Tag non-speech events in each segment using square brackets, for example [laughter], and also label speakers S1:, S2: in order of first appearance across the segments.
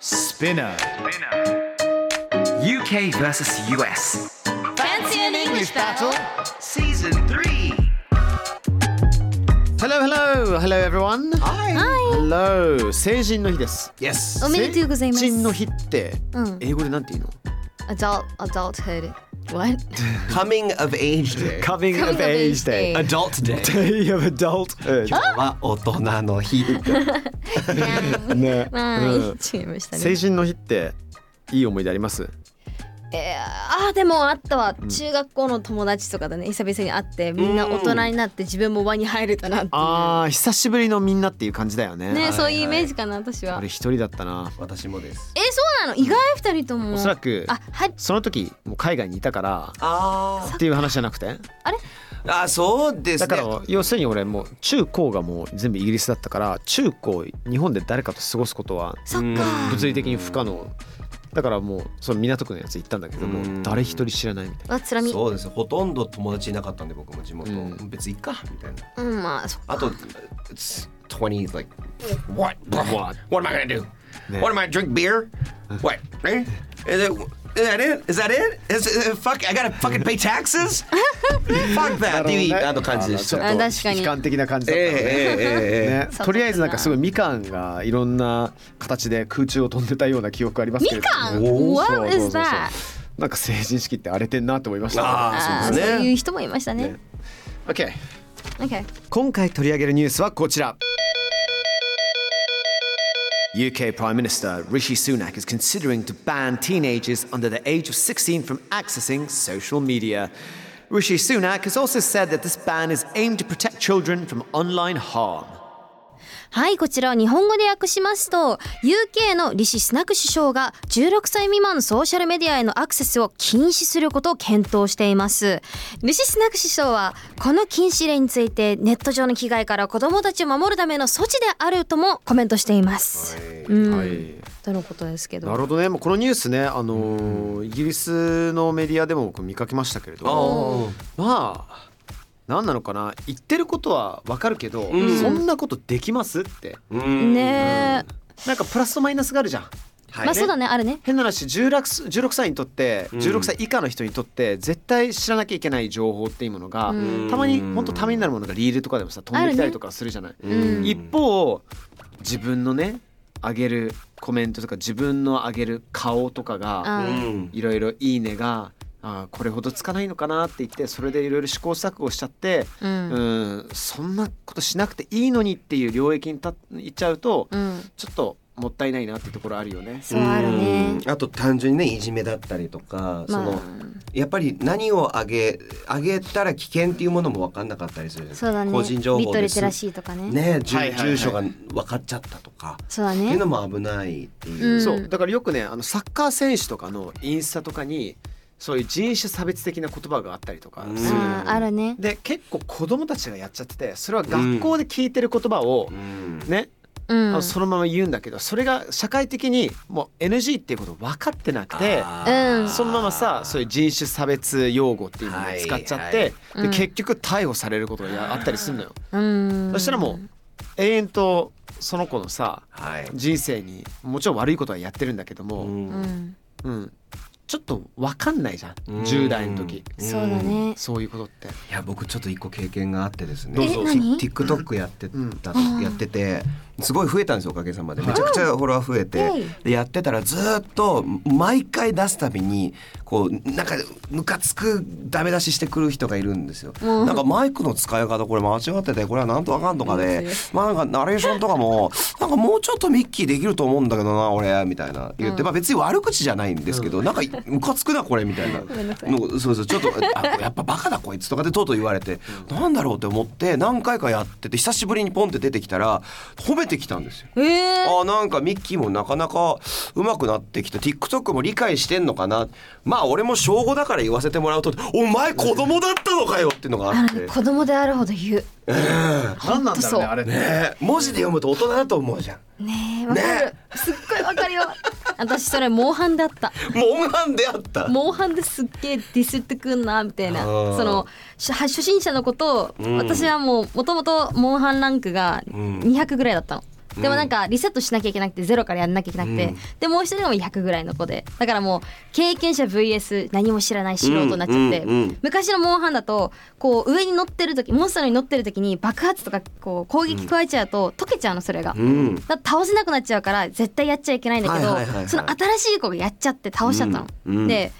S1: Spinner.
S2: UK versus US.
S3: Fancy an English battle
S2: Season 3.
S1: Hello, hello, hello everyone. Hi. Hello. 成人の日です。
S2: Yes.
S4: おめでとうございます
S1: 成人の日って、
S4: うん
S1: 英語でなんて言うの
S4: Adult adulthood
S3: What?
S2: Coming of age day.
S1: ?Coming
S4: of age day
S2: Adult day.
S1: [laughs] Day
S2: [laughs]
S1: of Adult.
S2: は大人の日。
S4: [laughs]
S1: ね
S4: まあ、
S1: う
S4: い
S1: ん
S4: いチームした
S1: 成
S4: ね
S1: 人の日っていい思い出あります
S4: えーあーでもあったわ、中学校の友達とかだね久々に会ってみんな大人になって自分も輪に入れたなってい
S1: あー、久しぶりのみんなっていう感じだよね。
S4: うね、
S1: あ
S4: そういうイメージかな私は
S1: 俺一人だったな。
S2: 私もです。
S1: [laughs]
S4: えーそうなの意外二人とも
S1: おそらく、
S4: あはい
S1: その時、もう海外にいたから、
S2: あ
S1: っていう話じゃなくて
S2: あ。あ、そうです
S1: だ
S2: ね。
S1: から要するに俺もう中高がもう全部イギリスだったから中高日本で誰かと過ごすことは
S4: そっか
S1: 物理的に不可能だからもうその港区のやつ行ったんだけど
S2: う
S1: も
S2: ん
S1: う誰一人知らないみたいな
S4: わつらみ
S2: そうです。ほとんど友達いなかったんで僕も地元。
S1: うん
S2: 別にいっかみたいな。
S4: うんまあそっか
S2: あと、it's 20 's like what? What? What am I gonna do? What am I drink beer? What? Eh? Is it? Is that it? Is that it? Is it fuck? I gotta fucking pay
S1: [laughs]
S2: taxes? fuck that! っていうあの感じでした。
S4: あ確かに
S1: 悲観的な感じ
S2: え
S1: だっ
S2: え
S1: た
S2: え
S1: のね
S2: えええ。
S1: ねとりあえずなんかすごいみかんがいろんな形で空中を飛んでたような記憶ありますけれども
S4: みかん
S1: そうそう
S4: What is
S1: そう
S4: that？
S1: なんか成人式って荒れてんなと思いました
S2: あそ
S4: あ
S2: う
S4: ー
S2: ですね
S4: そういう人もいましたね
S1: ね OK
S4: OK
S1: 今回取り上げるニュースはこちら UK Prime Minister Rishi Sunak is considering to ban teenagers under the age of 16 from accessing social media. Rishi Sunak has also said that this ban is aimed to protect children from online harm.
S4: はい、こちらを日本語で訳しますと、UK のリシ・スナク首相が16歳未満のソーシャルメディアへのアクセスを禁止することを検討しています。リシ・スナク首相は、この禁止令についてネット上の危害から子供たちを守るための措置であるともコメントしています。うん、とのことですけど。
S1: なるほどね、もうこのニュースね、あのーイギリスのメディアでも僕見かけましたけれども、まあ、なんなのかな、言ってることはわかるけど、そんなことできますって、
S4: ねえ、
S1: なんかプラスとマイナスがあるじゃん。
S4: まあそうだね、あるね。
S1: 変な話 16, 16歳にとって16歳以下の人にとって絶対知らなきゃいけない情報っていうものが、たまに本当ためになるものがリールとかでもさ飛んできたりとかするじゃない、
S4: うん
S1: 一方自分のね上げるコメントとか自分の上げる顔とかが、
S4: あー
S1: いろいろ「いいねが」あーこれほどつかないのかなって言ってそれでいろいろ試行錯誤しちゃって、
S4: う
S1: う
S4: ん、
S1: んそんなことしなくていいのにっていう領域にた行っちゃうと、
S4: うん、
S1: ちょっともったいないなっていうところあるよね。
S4: そうあるね。
S2: あと単純にねいじめだったりとか、そ
S4: ま
S2: の
S4: あ、
S2: やっぱり何をあげあげたら危険っていうものも分かんなかったりするじゃないですか
S4: そうだね。
S2: 個人情
S4: リ
S2: 報
S4: ト
S2: で
S4: リ
S2: す
S4: テラシーとかね。
S2: ね住,、
S1: はいはいはい
S2: 住所が分かっちゃったとか
S4: そうだ
S2: ってい
S4: ね
S2: う。のも危ないっていう、
S4: うん
S1: そうだからよくねあのサッカー選手とかのインスタとかにそういう人種差別的な言葉があったりとかするじゃない
S4: あーあるね。
S1: で結構子供たちがやっちゃっててそれは学校で聞いてる言葉を
S2: うん
S4: う
S1: ね、
S4: ん。
S1: あのそのまま言うんだけどそれが社会的にもう NG っていうことを分かってなくて
S4: うん。
S1: そのままさそういう人種差別用語っていうのを使っちゃ
S2: はい
S4: は
S1: って、
S4: い
S1: で
S4: うん
S1: 結局逮捕されることがあったりするのよ。
S4: うん。
S1: そしたらもう永遠とその子のさ
S2: はい、
S1: 人生にもちろん悪いことはやってるんだけども、
S2: うん
S4: うん。
S1: うん、ちょっと分かんないじゃん、
S2: うん
S1: 10代の時、
S2: うん
S4: そうだね。
S1: そういうことって。
S2: いや僕ちょっと一個経験があってですね
S1: どうぞえ
S4: 何
S2: Tik- TikTok やってた、
S4: うん
S2: やっててすごい増えたんですよおかげさまでめちゃくちゃフォロワー増えて
S4: うん
S2: でやってたらずーっと毎回出すたびにこうなんかムカつくダメ出ししてくる人がいるんですよ
S4: うん
S2: なんかマイクの使い方これ間違っててこれはなんとあかんとかでまあなんかナレーションとかもなんかもうちょっとミッキーできると思うんだけどな俺みたいな言ってまあ別に悪口じゃないんですけどなんかムカつくなこれみたいなのそうそうちょっとあやっぱバカだこいつとかでとうとう言われてなんだろうって思って何回かやってて久しぶりにポンって出てきたら褒めえてきたんですよ。
S4: ええ
S2: あなんかミッキーもなかなか上手くなってきた TikTok も理解してんのかなまあ俺も小5だから言わせてもらうと「お前子供だったのかよ」っていうのがあっ
S4: あ
S2: て
S4: の子供であるほど言う。
S1: 何なんだろうねあれね
S2: ねえ文字で読むと大人だと思うじゃん。
S4: ねえわかる。すっごい
S2: [laughs]
S4: わかるよ。私それモンハンだった。
S2: モンハンであった。
S4: モンハンですっげえディスってくんなみたいな
S2: あー
S4: そのし初心者のことを、私はもうもともとモンハンランクが200ぐらいだったの。でもなんかリセットしなきゃいけなくてゼロからやんなきゃいけなくて、でもう一人も100ぐらいの子でだからもう経験者 VS 何も知らない素人になっちゃって、
S2: うんうんうん
S4: 昔のモンハンだとこう上に乗ってる時モンスターに乗ってる時に爆発とかこう攻撃加えちゃうと溶けちゃうのそれが、
S2: うん
S4: だから倒せなくなっちゃうから絶対やっちゃいけないんだけど、
S2: はいはいはいはい
S4: その新しい子がやっちゃって倒しちゃったの。
S2: うんうん
S4: で、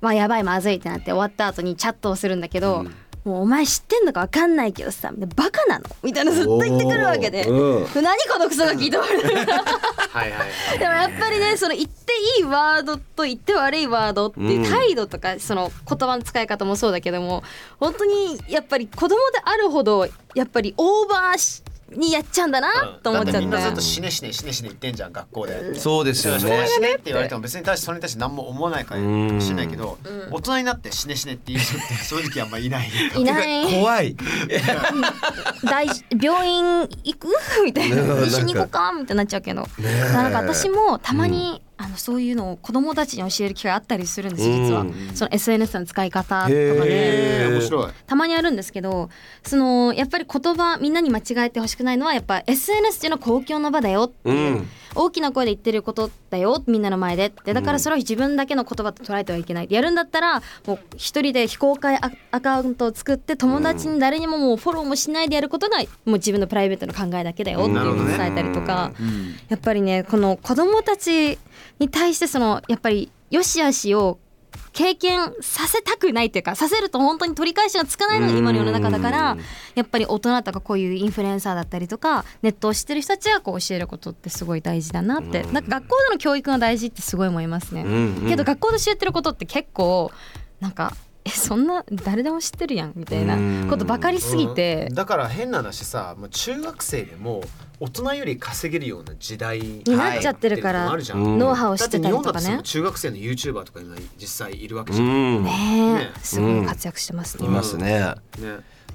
S4: まあ、やばいまずいってなって終わった後にチャットをするんだけど、もうお前知ってんのかわかんないけどさバカなのみたいなずっと言ってくるわけで、
S2: お
S4: 何このクソが聞いてもら
S1: [laughs] はいは
S4: [laughs]
S1: い
S4: でもやっぱりねその言っていいワードと言って悪いワードっていう態度とか、その言葉の使い方もそうだけども本当にやっぱり子供であるほどやっぱりオーバーしにやっちゃうんだなと思っちゃ
S1: だ
S4: って
S1: みんなずっと
S4: て。
S1: 死ね死ね死ね死ね言ってんじゃん学校で。
S2: そうですよ
S1: 人が
S2: ね。
S1: 死ねって言われても別に対してそれに対して何も思わないか
S2: うん
S1: もしれないけど、大人になって死ね死ねって言う人って正直あんまいない。
S2: [laughs]
S4: いない
S2: 怖い。
S4: 大事病院行くみたいな
S2: ね
S4: 一緒に行こうかみたいになっちゃうけど、なんか私もたまに、あのそういうのを子供たちに教える機会あったりするんです実は、
S2: うん
S4: その SNS の使い方とかで、
S2: へー
S1: 面白い。
S4: たまにあるんですけどそのやっぱり言葉みんなに間違えてほしくないのはやっぱ SNS っていうのは公共の場だよっていう、
S2: うん
S4: 大きな声で言ってることだよみんなの前でってだからそれは自分だけの言葉と捉えてはいけないやるんだったらもう一人で非公開アアカウントを作って友達に誰にももうフォローもしないでやることがもう自分のプライベートの考えだけだよっていうのを伝えたりとか、やっぱりねこの子供たちに対してそのやっぱりよしあしを経験させたくないというかさせると本当に取り返しがつかないのが今の世の中だからやっぱり大人とかこういうインフルエンサーだったりとかネットを知ってる人たちがこう教えることってすごい大事だなってなんか学校での教育が大事ってすごい思いますね。
S2: んうん
S4: けど学校で教えてることって結構なんかえそんな誰でも知ってるやんみたいなことばかりすぎて
S1: うんだから変な話さもう中学生でも大人より稼げるような時代に
S4: なっちゃってるから
S1: あるじゃん、
S2: うん
S4: ノウハウを知
S1: だ
S4: っ
S1: って
S4: てた
S1: 日
S4: り
S1: 本
S4: と
S1: だって
S4: か
S1: さ
S4: ね。
S1: 中学生の YouTuber とか今実際いるわけじ
S2: う
S1: ゃん、ね
S2: ん。
S4: ね
S1: ね
S4: えすごい活躍してますね。
S2: いますね。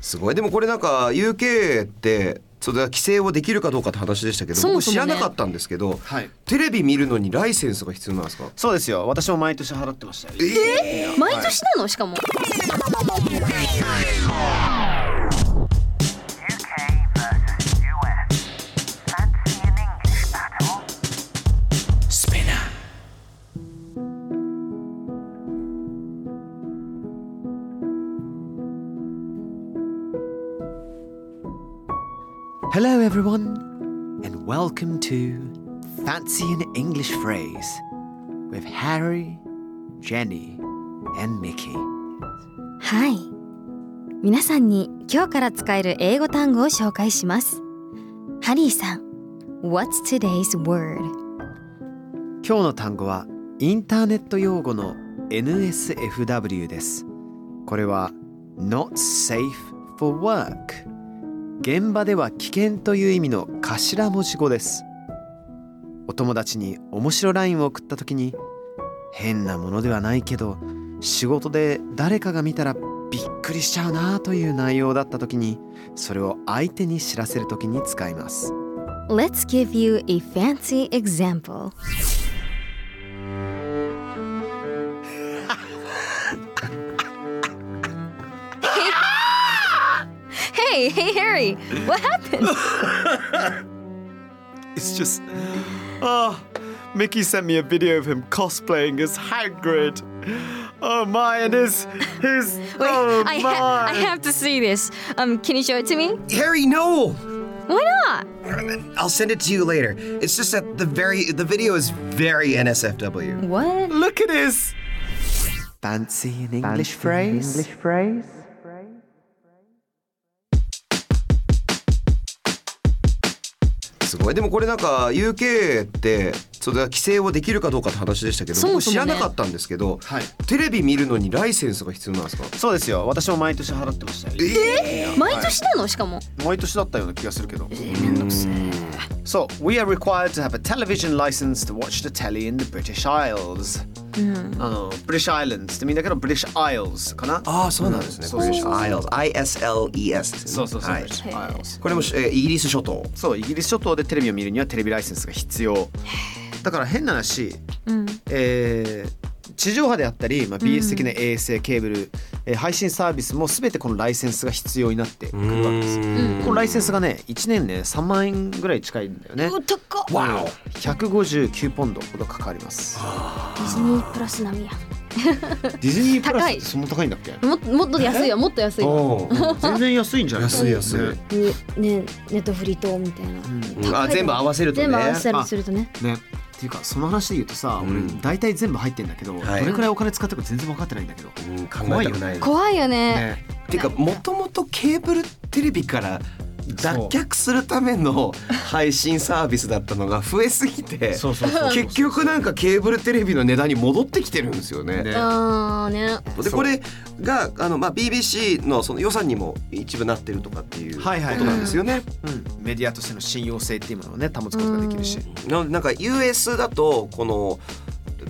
S2: すごいでもこれなんか UK ってそれは規制をできるかどうかって話でしたけど
S4: そも
S2: 僕
S4: そ
S2: 知
S4: もね
S2: らなかったんですけど、
S1: はい
S2: テレビ見るのにライセンスが必要なんですか
S1: そうですよ私も毎年払ってましたよ
S2: え
S4: 毎年なのしかも。
S5: UK versus US. Fancy an English battle?
S1: Hello everyone and welcome to Fancy an English Phrase with Harry, Jenny and Mickey
S4: はい皆さんに今日から使える英語単語を紹介しますハリーさん What's today's word?
S1: 今日の単語はインターネット用語の NSFW です。これは Not safe for work 現場では危険という意味の頭文字語です。お友達に面白 LINE を送った時に変なものではないけど仕事で誰かが見たらびっくりしちゃうなという内容だった時にそれを相手に知らせる時に使います。
S4: Let's give you a fancy example ヘイ Hey, hey, Harry! What happened?
S1: It's just. Oh, Mickey sent me a video of him cosplaying as Hagrid. Oh my, and his. his
S4: [laughs] Wait,
S1: oh
S4: I,
S1: my.
S4: ha- I have to see this. Um, can you show it to me?
S2: Harry no
S4: Why not?
S2: I'll send it to you later It's just that the very the video is very NSFW
S4: What?
S1: Look at his. Fancy an English phrase?
S2: すごいでもこれなんか UK ってそれは規制をできるかどうかって話でしたけど
S4: そも
S2: 僕
S4: そ
S2: 知
S4: もね
S2: らなかったんですけど、
S1: はい
S2: テレビ見るのにライセンスが必要なんですか
S1: そうですよ私も毎年払ってましたよ
S4: 毎年なのしかも。
S1: 毎年だったような気がするけど So, we are required to have a television license to watch the telly in the British Isles.
S4: Hmm.
S1: あの、British Islands ってみんなけど British Isles かな
S2: ああそうなんですね。
S1: そうそうそう
S2: British Isles ISLES ですね。
S1: そうそうそう、
S2: はい
S1: British Isles
S2: これもし、えーイギリス諸島。
S1: そう、イギリス諸島でテレビを見るにはテレビライセンスが必要。だから変な話、えー地上波であったり、まあ、BS 的な衛星ケーブル、えー配信サービスも全てこのライセンスが必要になってくるわけです。このライセンスがね1年ね3万円ぐらい近いんだよね
S4: お高っ
S2: わ
S1: 159ポンドほどかかります
S4: ディズニープラス並みや
S1: ディズニープラ
S4: 高
S1: スっ
S4: い
S1: てそんな高いんだっけ
S4: ももっと安いわもっと安いわ
S2: お。うん
S1: 全然安いんじゃない
S2: 安い安い。
S4: ねねネットフリとみたいな、
S2: うんあ全部合わせるとね。
S4: 全部合わせたりするとね
S1: ねっていうかその話で言うとさ、
S2: うん
S1: 俺大体全部入ってんだけど、
S2: はい
S1: どれくらいお金使ってるか全然分かってないんだけど、
S2: うん考えたくない。
S4: 怖いよね
S1: ね、
S2: てかもともとケーブルテレビから脱却するため
S1: [laughs]
S2: の配信サービスだったのが増えすぎて
S1: そうそうそ
S2: [laughs]
S1: う
S2: 結局なんかケーブルテレビの値段に戻ってきてるんですよね。
S1: ね
S4: ああね
S2: でこれがあの、まあ、BBC のその予算にも一部なってるとかっていうこと
S1: はいはいはい
S2: なんですよね。
S1: うん、メディアとしての信用性っていうものをね保つことができるし、
S2: なのでなんか US だとこの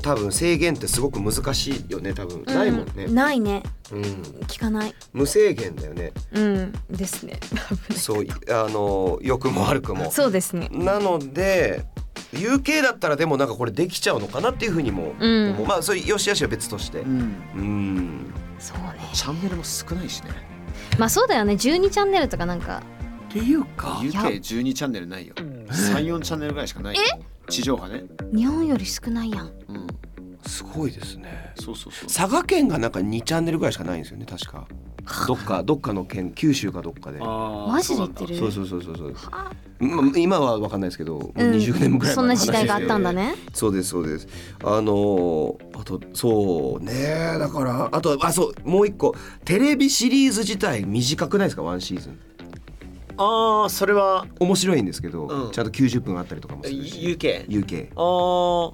S2: 多分制限ってすごく難しいよね多分、ないもんね
S4: う、ないね
S2: うん、
S4: 聞かない
S2: 無制限だよね
S4: うんですね危な
S2: [laughs]
S4: い
S2: そうあの良くも悪くも
S4: そうですね
S2: なので UK だったらでもなんかこれできちゃうのかなっていうふうにも思う、
S4: うん
S2: まあそういう良し悪しは別として
S1: うん、
S2: うん
S4: そうね
S1: チャンネルも少ないしね
S4: まあそうだよね12チャンネルとかなんか
S2: っていうか
S1: UK12 チャンネルないよ34チャンネルぐらいしかないよ地上波ね
S4: 日本より少ないやん
S1: うん
S2: すごいですね
S1: そうそうそう
S2: 佐賀県がなんか2チャンネルぐらいしかないんですよね確かどっ
S4: [laughs]
S2: かどっかの県九州かどっかで
S1: あー
S4: マジで言ってる
S2: そうそうそうそうそうまあ今は分かんないですけど、もう
S4: うん
S2: 20年ぐらい前の話ですよ
S4: そんな時代があったんだね
S2: そうですそうです。あのーあとそうねだからあとあそうもう一個テレビシリーズ自体短くないですかワンシーズン。
S1: あーそれは
S2: 面白いんですけど、
S1: うん
S2: ちゃんと90分あったりとかもするし。
S1: UK
S2: UK。
S1: あー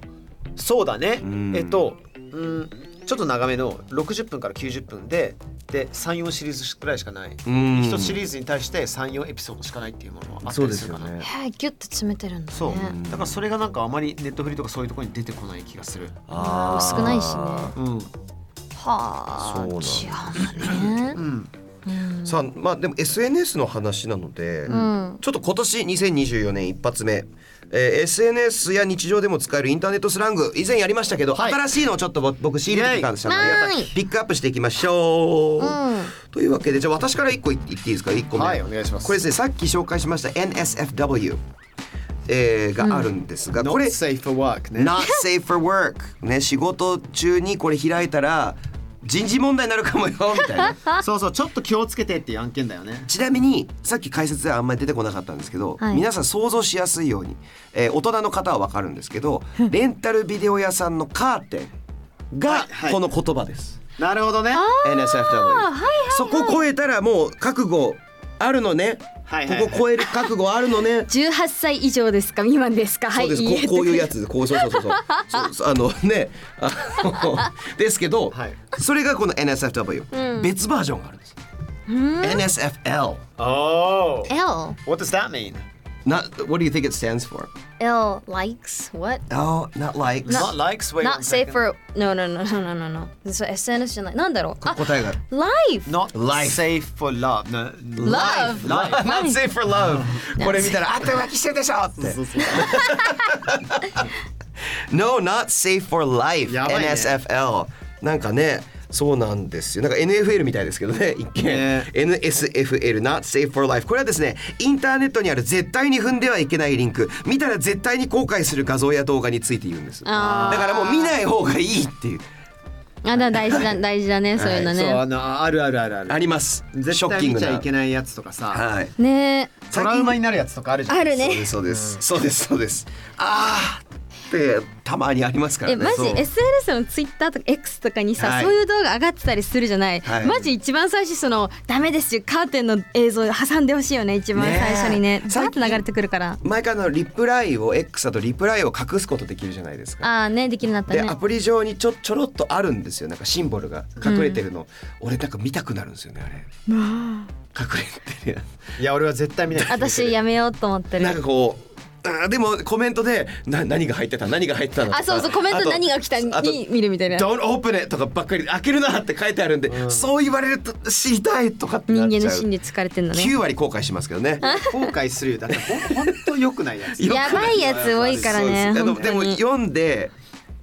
S1: そうだね、
S2: うん
S1: えっと、うん、ちょっと長めの60分から90分でで34シリーズくらいしかない、
S2: うん
S1: 一シリーズに対して34エピソードしかないっていうものはあった
S2: そう
S1: り
S2: ですす
S1: る
S2: よ
S1: かな
S2: ね。
S4: へえギュッと詰めてるんだね
S1: そうだからそれがなんかあまりネットフリとかそういうところに出てこない気がする、
S4: あー少ないしね
S1: うん
S4: はあ
S2: そうなんだ
S4: 違うんだね
S1: うん、
S2: さあまあでも SNS の話なので、
S4: ん
S2: ちょっと今年2024年一発目、えー SNS や日常でも使えるインターネットスラング以前やりましたけど、
S1: はい
S2: 新しいのをちょっとぼ僕仕入れてきたんですの
S4: イエ
S2: で
S4: イ
S2: ピックアップしていきましょう。
S4: うん
S2: というわけでじゃあ私から1個い言っていいですか1個目、
S1: はいお願いします
S2: これですねさっき紹介しました NSFW、えーがあるんですが、これ
S1: Not safe for work ね
S2: Not safe for work ね仕事中にこれ開いたら人事問題になるかもよみたい
S1: [laughs]
S2: な
S1: そうそうちょっと気をつけてっていう案件だよね
S2: ちなみにさっき解説ではあんまり出てこなかったんですけど、
S4: はい
S2: 皆さん想像しやすいように、えー大人の方はわかるんですけどレンタルビデオ屋さんのカーテンが
S1: はい
S2: この言葉です、
S1: なるほどね
S2: NSFW、そこ超えたらもう覚悟あるのね、
S1: はいはいはい
S2: ここ超える覚悟あるのね
S4: 18歳以上ですか未満ですかは
S2: そう
S4: い
S2: です、
S4: いい
S2: こ
S4: え
S2: うこういうやつですこうそうそうそうそう [laughs] そうそうあのねあ [laughs] のですけど、
S1: はい
S2: それがこの NSFW、別バージョンがあるんです、NSFL
S1: Oh
S4: L
S1: What does that mean?
S2: not what do you think it stands for
S4: L likes what
S2: oh not like
S1: Not likes wait
S4: not
S1: one
S4: safe
S1: second.
S4: for no no no no no no no そう SNS じゃないなんだろうあ
S2: 答えが
S4: Life
S1: Not
S2: Life.
S1: safe for love. No,
S4: Love.
S1: Life.
S2: not safe for love これ見たらあんた浮気してるでしょって No not safe for life
S1: やばいね
S2: NSFL なんかねそうなんですよなんか NFL みたいですけどね一見、
S1: ね
S2: NSFL Not Safe for Life これはですねインターネットにある絶対に踏んではいけないリンク見たら絶対に後悔する画像や動画について言うんですだ
S4: あ
S2: からもう見ない方がいいっていう
S4: ーあだ大事だ大事だねそういうの
S1: そうあ
S4: ね
S1: のあるあるあるある。
S2: ありますショ
S1: 絶
S2: ッ
S1: 対
S2: キン
S1: 見
S2: グ
S1: ちゃ
S2: ない
S1: けないやつとかさ、
S2: はい
S4: ねえ
S1: トラウマになるやつとかあるじゃん。
S4: ある
S2: そう
S4: ね
S2: ですそうです、そうですそうですあーってたまにありますから
S4: え
S2: ね
S4: マジ
S2: そう
S4: SNS の Twitter とか X とかにさ、
S2: はい
S4: そういう動画上がってたりするじゃない、
S2: はい
S4: マジ一番最初そのダメですよカーテンの映像挟んでほしいよね一番
S2: ねえ
S4: 最初にねザー
S2: 最
S4: ッと
S2: 近
S4: 流れてくるから
S2: 毎回あのリプライを X だとリプライを隠すことできるじゃないですか
S4: ああねできるように
S2: で
S4: なった
S2: ア
S4: ね
S2: プリ上にちょちょろっとあるんですよなんかシンボルが隠れてるの、俺なんか見たくなるんですよねあれ隠れてるや
S1: いや俺は絶対見ない。
S4: 私やめようと思って
S2: つ
S4: る
S2: なんかこうあーでもコメントでな何が入ってた何が入ってたのとか
S4: あそうそうコメント
S2: あと
S4: 何が来たに
S2: あと
S4: 見るみたいな
S2: Don't open it とかばっかり開けるなって書いてあるんで、そう言われると知りたいとかって
S4: 人
S2: なっちゃう
S4: 間の心理疲れてんだね
S2: 9割後悔しますけどね
S6: 後悔するよだってほんほんと良くないやつ
S2: よく
S4: やばいやつ多いからね
S2: そうですあの
S4: 本当
S2: でも
S4: に
S2: 読んで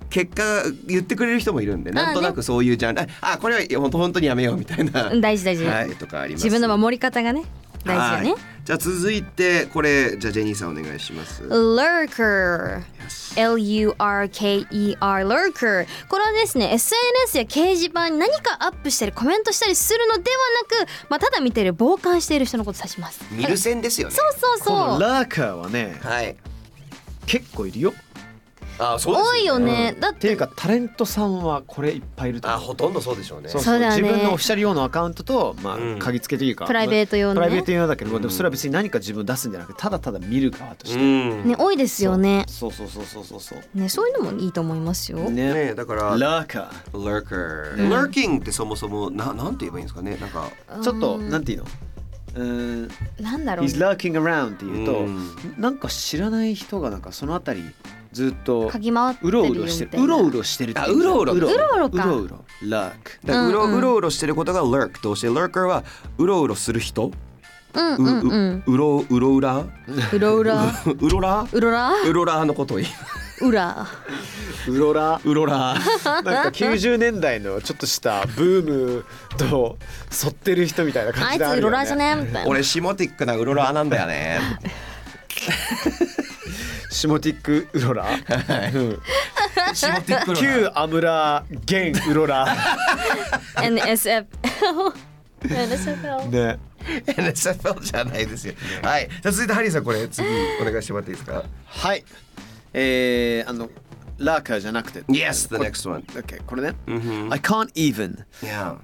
S2: 結果言ってくれる人もいるんでなんとなくそういうジャンルあ,、あこれは本当本当にやめようみたいな、
S4: うん大事大事
S2: はい、とかあります
S4: 自分の守り方がね大事だね
S2: はいじゃあ続いてこれじゃあジェニーさんお願いします。
S4: Lurker L-U-R-K-E-R Lurker これはですね SNS や掲示板に何かアップしたりコメントしたりするのではなく、まあ、ただ見てる傍観している人のこと指します
S2: 見る線ですよね。
S4: そうそう
S1: こ
S4: そ
S1: の
S4: う
S1: ラーカーはね
S2: はい。
S1: 結構いるよ
S2: あそうです
S4: 多いよね、だっ
S1: ってい
S4: て
S1: うかタレントさんはこれいっぱいいると
S2: あ
S1: 思う
S2: ほとんどそうでしょうね。
S1: そう
S4: そ
S1: そうう
S4: だね
S1: 自分のオフィシャル用のアカウントと、まあ
S2: うん
S1: 鍵付けというか
S4: プライベート用のね
S1: プライベート用だけど、でもそれは別に何か自分を出すんじゃなくてただただ見る側として、
S2: ん
S4: ね多いですよね
S1: そうそうそうそうそうそう
S4: ねそういうのもいいと思いますよ、
S1: ね
S2: ねだから
S1: ラーカ
S2: lurker、lurking ってそもそもななんて言えばいいんですかねなんか
S1: ーちょっとなんていうのうーん
S4: なんだろう
S1: He's lurking around っていうと、
S2: うん
S1: なんか知らない人がなんかそのあたりずっと
S4: 嗅ぎ回って
S1: う
S4: るよ
S1: ろ
S4: み
S1: う
S4: たいな
S1: ろしてるうろうろしてるってい
S2: あうろうろ
S1: うろ
S4: う
S1: うろ
S4: ろうろか
S1: うろうろ lurk
S2: だからうろうろうろしてることが lurk として lurker はうろうろする人
S4: うん
S2: う
S4: うん
S2: う
S4: うん
S2: うろうろうら [laughs]
S4: うろうら
S2: うろら
S4: うろら
S2: う [laughs] ろらのことを言
S4: うら
S1: うろら
S4: [laughs]
S2: ううろら [laughs]
S1: なんか90年代のちょっとしたブームと沿ってる人みたいな
S4: あ
S1: 感
S4: い
S1: じ
S4: つ
S1: であ
S4: う
S1: る
S4: ろ
S1: よ、ね、
S4: らじゃねみたいな
S2: 俺シモティックなうろらなんだよね
S1: シモティックウロラ、うん
S2: シモティック
S1: 旧アムラ現ウロラ
S4: NSF NSF
S1: [laughs] ね
S2: NFL じゃないですよはいじゃあ続いてハリーさんこれ次お願いしてもらっていいですか
S1: はいえー、あのラーカーじゃなくて
S2: Yes the next one
S1: だっけこれね、
S2: Mhm.
S1: I can't even
S2: Yeah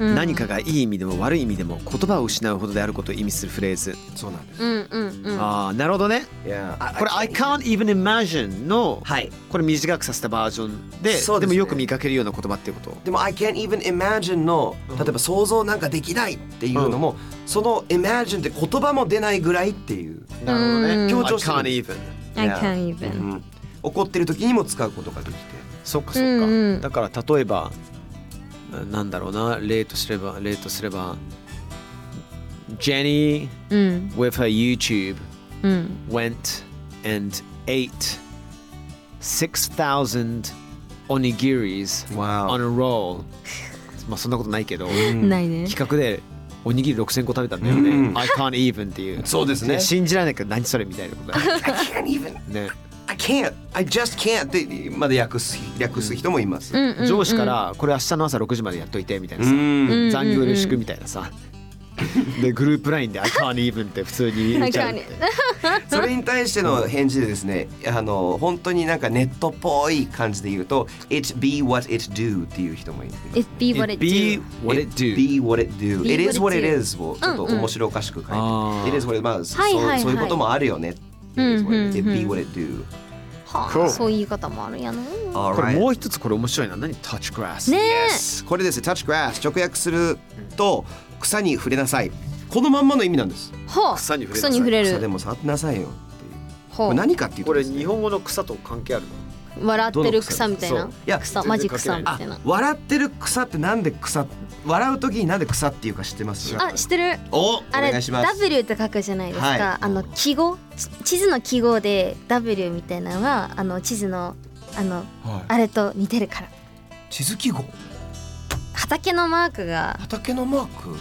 S1: 何かがいい意味でも悪い意味でも言葉を失うほどであることを意味するフレーズ、
S2: そうなんです
S4: うんうんうん
S1: ああなるほどね
S2: Yeah
S1: あこれ I can't even imagine の、
S2: はい
S1: これ短くさせたバージョンで
S2: そう
S1: で
S2: ですね
S1: もよく見かけるような言葉っていうこと
S2: でも I can't even imagine の例えば想像なんかできないっていうのも、その imagine って言葉も出ないぐらいっていう、
S1: なるほどね
S2: 強
S1: 強
S2: 調
S1: 調
S2: し
S1: してて
S2: る
S1: I can't even
S4: あ I can't even
S2: うん怒ってる時にも使うことができて
S1: そっかそっか、
S4: うんうん
S1: だから例えばななんだろうな例とすれば例とすれば Jenny
S4: うん
S1: with her YouTube
S4: うん
S1: went and ate 6,000 onigiris
S2: Wow.
S1: on a roll まあそんなことないけど
S4: ないね
S1: 企画でおにぎり6000個食べたんだよね、
S2: うん
S1: I can't even っていう
S2: そうですね
S1: ね信じられないけど何それみたいなことだよ
S2: I can't even
S1: ね
S2: I can't I just can't ってまで訳す訳す人もいます、
S4: うんうん
S1: 上司からこれ明日の朝6時までやっといてみたいなさ、
S4: うん
S1: 残業よろしくみたいなさ。でグループラインで「I can't even」って普通に言っちゃうって
S4: I
S2: それに対しての返事でですねあの本当になんかネットっぽい感じで言うと It be what it do っていう人もいる
S4: It be what it
S1: It be
S4: do
S1: what it do
S2: Be what it do.
S4: Be
S2: It is what
S4: what
S2: it
S4: it
S2: is をちょっと
S4: うんうん
S2: 面白おかしく書いて
S1: あー
S2: る。It is what it まあそ
S4: はいはいは
S2: う
S4: い
S2: そういうこともあるよね。It
S4: うんうん
S2: is what
S4: うん
S2: it- It be what it do.
S4: はあ
S1: Cool
S4: そういう言い方もあるんやな
S2: All
S1: これも
S2: right.
S1: う一つこれ面白いな何 touch grass
S4: ねえ
S2: Yes. これですね touch grass 直訳すると草に触れなさい。このまんまの意味なんです。
S4: はあ
S1: 草に触れなさい
S4: 草に触れ
S2: 草で
S4: る
S2: も触ってなさいよっていう。こ
S4: は
S2: れ
S4: あ
S2: 何かっていうとですね
S1: 本語の草と関係あるの
S4: 笑ってる草みたい
S1: ど
S4: な
S1: の草
S2: いや
S4: 草
S1: 全然
S4: マジ草みた
S2: あ
S4: いな
S2: 笑ってる草ってなんで草笑うときになんで草っていうか知ってます？
S4: あ知ってる
S2: おお
S4: あれ
S2: 願いします。
S4: W って書くじゃないですか、
S2: はい
S4: あの記号ち地図の記号で W みたいなのがあの地図のあの、
S2: はい
S4: あれと似てるから
S2: 地図記号
S4: 畑のマークが
S2: 畑のマーク。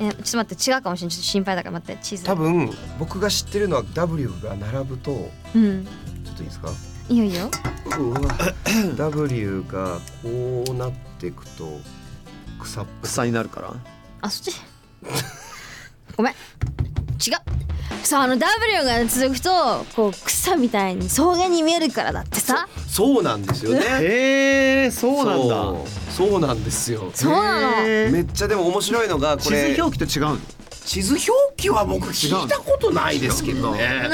S4: えちょっと待って違うかもしれないちょっと心配だから待って地図
S2: 多分僕が知ってるのは W が並ぶと
S4: うん
S2: ちょっといいですか
S4: いいよいいよ
S2: うわ W がこうなっていくと草っぽい
S1: 草になるから
S4: あそっちごめん違うそうあの W が続くとこう草みたいに草原に見えるからだってさ
S2: そうなんですよね
S1: へえそ
S2: そうそうなんですよ
S4: そうなの
S2: めっちゃでも面白いのがこ
S1: 地
S2: れ
S1: 図表記と違うの
S2: 地図表記は僕聞いたことないですけどね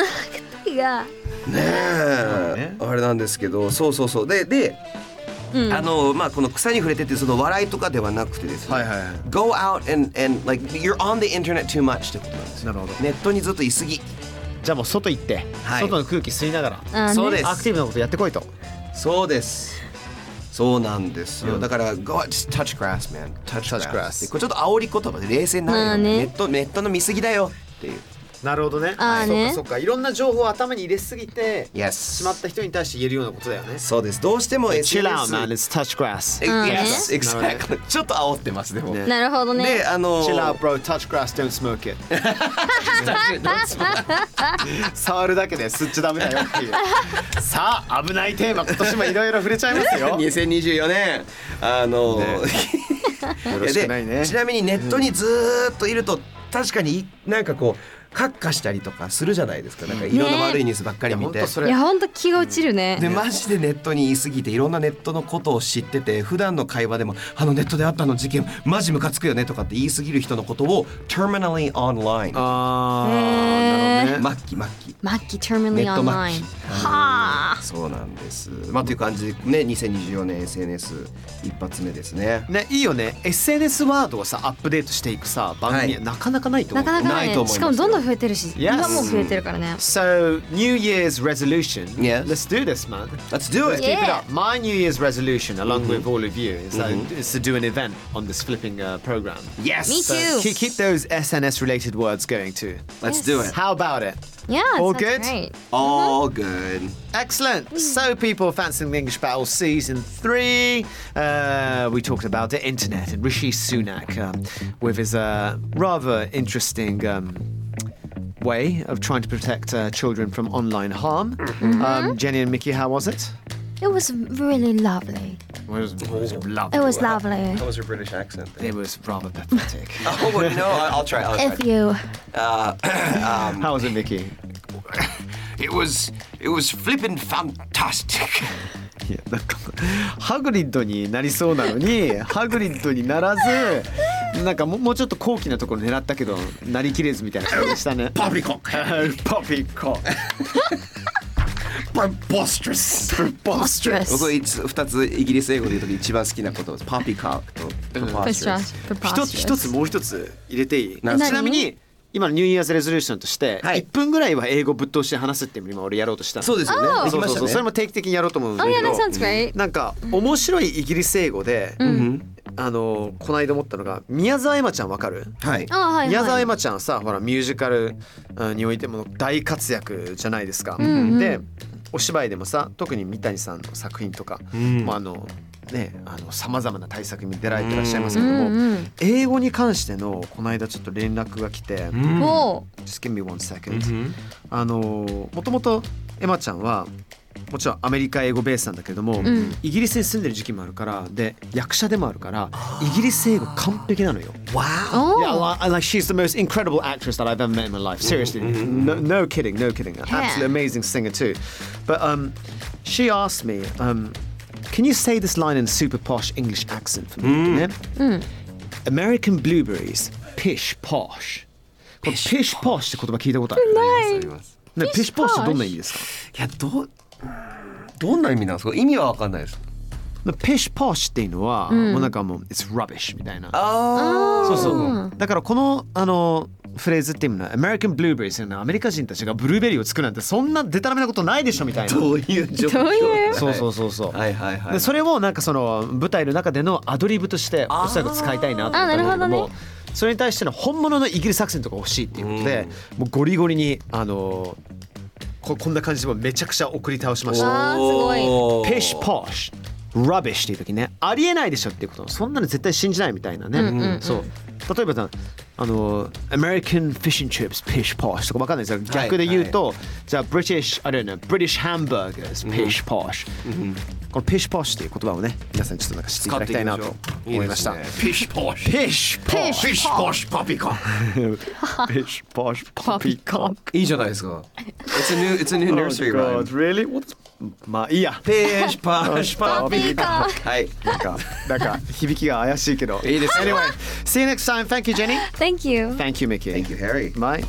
S4: が
S2: ねえ
S1: ね
S2: あれなんですけどそうそうそうでで、
S4: うん
S2: あのまあこの草に触れてってその笑いとかではなくてですね、
S1: はいはいはい
S2: Go out and, and like you're on the internet too much ってことなんですよ
S1: なるほど
S2: ネットにずっといす
S7: じ
S2: ぎ
S7: ゃあもう外行って、
S2: はい
S7: 外の空気吸いながら
S4: あー
S2: そう
S4: ね
S2: です
S7: アクティブなことやってこいと
S2: そうです。そうなんですよ。
S7: うん
S2: だから、go touch grass, man. touch
S7: Touch
S2: grass.
S7: grass
S2: でこれちょっと煽り言葉で冷静になるよ
S4: まあね
S2: ネットネットの見過ぎだよっていう。
S6: なるほどね
S4: あーね
S6: そうかそうかいろんな情報を頭に入れすぎて
S2: Yes
S6: しまった人に対して言えるようなことだよね
S2: そうです。どうしても
S7: Chill
S2: SNS
S7: out man, it's touch grass
S2: え Yes,
S6: なる
S2: exactly. ちょっと煽ってますでも。
S1: ね
S4: なるほどね
S2: で、あの
S7: Chill out bro, touch grass, don't smoke
S1: [laughs]
S7: it
S6: 触るだけで吸っちゃダメだよ
S1: [laughs]
S6: っていう
S7: さあ危ないテーマ今年もいろいろ触れちゃいますよ
S2: 2024年あの、
S1: よろしくないね
S2: でちなみにネットにずーっといると、確かになんかこうカッカしたりとかするじゃないですかなんかいろんな悪いニュースばっかり見て、
S6: 本当そ
S4: [laughs] い
S6: れ
S4: やほんと気が落ちるね
S2: でマジでネットに言い過ぎていろんなネットのことを知ってて普段の会話でも「あのネットであったあの事件マジムカつくよね」とかって言い過ぎる人のことを「terminally
S1: Ah,
S2: online」
S1: あ
S4: へ
S1: ー、
S7: Hmm.
S4: ー
S1: なるほどね。
S2: 末期末期
S4: マッキー terminally
S2: ネット末
S4: online
S2: 期
S4: はあ
S2: そうなんですまあという感じでね2024年 SNS 一発目ですね
S1: ね、いいよね SNS ワードをさアップデートしていくさ番組
S2: は
S1: はいなかなかないと思
S4: なか
S1: う、
S4: なかない
S2: ないと思
S4: ね
S2: いますよ
S4: しかもどんどん増えてるし
S1: Yes
S4: 今もう増えてるからね
S1: So New Year's resolution
S2: Yes.
S1: let's do this man
S2: Let's do it!
S4: Yeah.
S1: Keep it up. My New Year's resolution along
S7: Mm-hmm.
S1: with all of you is, like, is to do an event on this flipping uh, program
S2: Yes!
S4: Me too.
S1: so keep, keep those SNS related words going too
S2: Let's do it!
S1: How about it
S4: Yeah
S1: All
S4: sounds
S1: good?
S4: great.
S2: All good!
S1: Excellent. So, people fancying the English battle season three. Uh, we talked about the internet and Rishi Sunak um, with his uh, rather interesting. Um, Way of trying to protect uh, children from online harm. Um, Jenny and Mickey, how was it?
S4: It was really lovely
S1: It was, it was
S4: It
S1: lovely.
S4: was lovely
S2: That was your British accent.
S1: It was rather [laughs] pathetic.
S2: [laughs] Oh, well, no, I- I'll try. I'll try.
S4: If you
S1: how was it, Mickey?
S2: It was, it was flippin' fantastic.
S1: いやなんかハグリッドになりそうなの
S2: [laughs]
S1: にハグリッドにならずなんかもうもうちょっと高貴なところ狙ったけどなりきれずみたいな感じでしたねパピコ [laughs] パピコ
S2: Preposterous.
S4: Preposterous.
S2: 僕いつ二つイギリス英語で言うとき一番好きな言葉です。パピカークと preposterous。
S1: 一つ一つもう一つ入れていいち
S2: 何
S1: なみに今のニューイヤーズレゾリューションとして
S2: はい
S1: 1分ぐらいは英語ぶっ通して話すっていうのを今俺やろうとしたの
S2: そうですよね。で
S1: そ
S2: き
S1: う
S2: ま
S1: そ
S2: し
S1: う
S2: た
S1: そう
S2: ね。
S1: それも定期的にやろうと思うんだ
S4: Oh
S1: け
S4: yeah that
S1: ど
S4: sounds great
S1: なんか面白いイギリス英語で、あのこの間思ったのが宮沢エマちゃんわかる
S2: はい。
S4: あはい
S1: 宮沢
S4: は
S1: エ
S4: い
S1: マちゃんさほらミュージカルうんにおいても大活躍じゃないですか。でお芝居でもさ特に三谷さんの作品とか、まああのねあのさまざまな対策に出られてらっしゃいますけども、英語に関してのこの間ちょっと連絡が来て、
S4: も
S1: Just give me one second、あのもともとエマちゃんはもちろんアメリカ英語ベースなんだけども、
S4: ん
S1: イギリスに住んでる時期もあるからで役者でもあるからイギリス英語完璧なのよ。
S4: うお
S1: Yeah,
S4: ー
S1: well, I- like she's the most incredible actress that I've ever met in my life. Seriously, no, no kidding, no kidding. An
S4: Yeah.
S1: Absolute amazing singer too. But um, she asked me, um, "Can you say this line in super posh English accent for me?" Yeah? American blueberries, pish posh. この pish posh って言葉聞いたことある。
S2: あります
S1: ね、pish posh ってどんな意味ですか？
S2: いやどうどんな意味なんですか。意味はわかんないです。
S1: pish posh っていうのは、もうなんかもう it's rubbish みたいな。
S2: あ
S1: そうそう。だからこのあのフレーズっていうのは American Blueberries っていうのはアメリカ人たちがブルーベリーを作るなんてそんなデタラメなことないでしょみたいな。
S2: どういう状況。
S4: どういう
S1: そうそうそうそう。
S2: はいはいはい。
S1: でそれをなんかその舞台の中でのアドリブとしておそらく使いたいなと思ったんだけど
S4: あーなる
S1: も
S4: ほど
S1: それに対しての本物のイギリスアクセントが欲しいっていうことでもうゴリゴリにあのここんな感じでもめちゃくちゃ送り倒しました。
S4: あーすごい
S2: おー
S1: ペッシュポッシュラビッシュっていう時ねありえないでしょっていうことそんなの絶対信じないみたいなね、そう例えばさあの American fish and chips fish posh とかわかんないですよ
S2: はい
S1: 逆で言うと、じゃあ British I don't know British hamburgers fish posh、この fish posh っていう言葉をね皆さんちょっとなんか知っていただきたいなと思いました
S2: 使っていきましょういいですね
S1: フィッシュポッシュフィッシュポッシュ
S2: Fish posh poppy
S1: [laughs]
S2: corn
S1: フィッシュポッシュポピコン
S2: いいじゃないですか。It's a new it's a new nursery rhyme.
S1: really What? まあいいや
S2: Fish posh poppy corn はい。
S1: なんか、なんか響きが怪しいけど。
S2: いいですね
S1: Anyway, see you next time. Thank
S2: [laughs]
S1: you, Jenny.
S4: Thank you
S1: Thank you, Mickey.
S2: Thank you, Harry.
S1: Bye.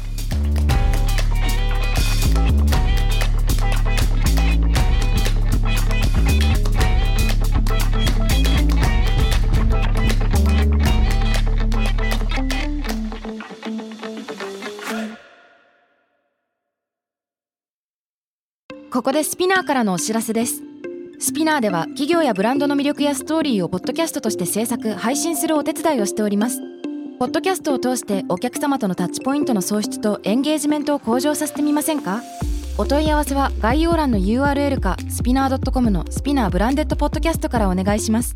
S3: ここでスピナーからのお知らせですスピナーでは企業やブランドの魅力やストーリーをポッドキャストとして制作配信するお手伝いをしておりますポッドキャストを通してお客様とのタッチポイントの創出とエンゲージメントを向上させてみませんかお問い合わせは概要欄の URL かスピナー .com のスピナーブランデッドポッドキャストからお願いします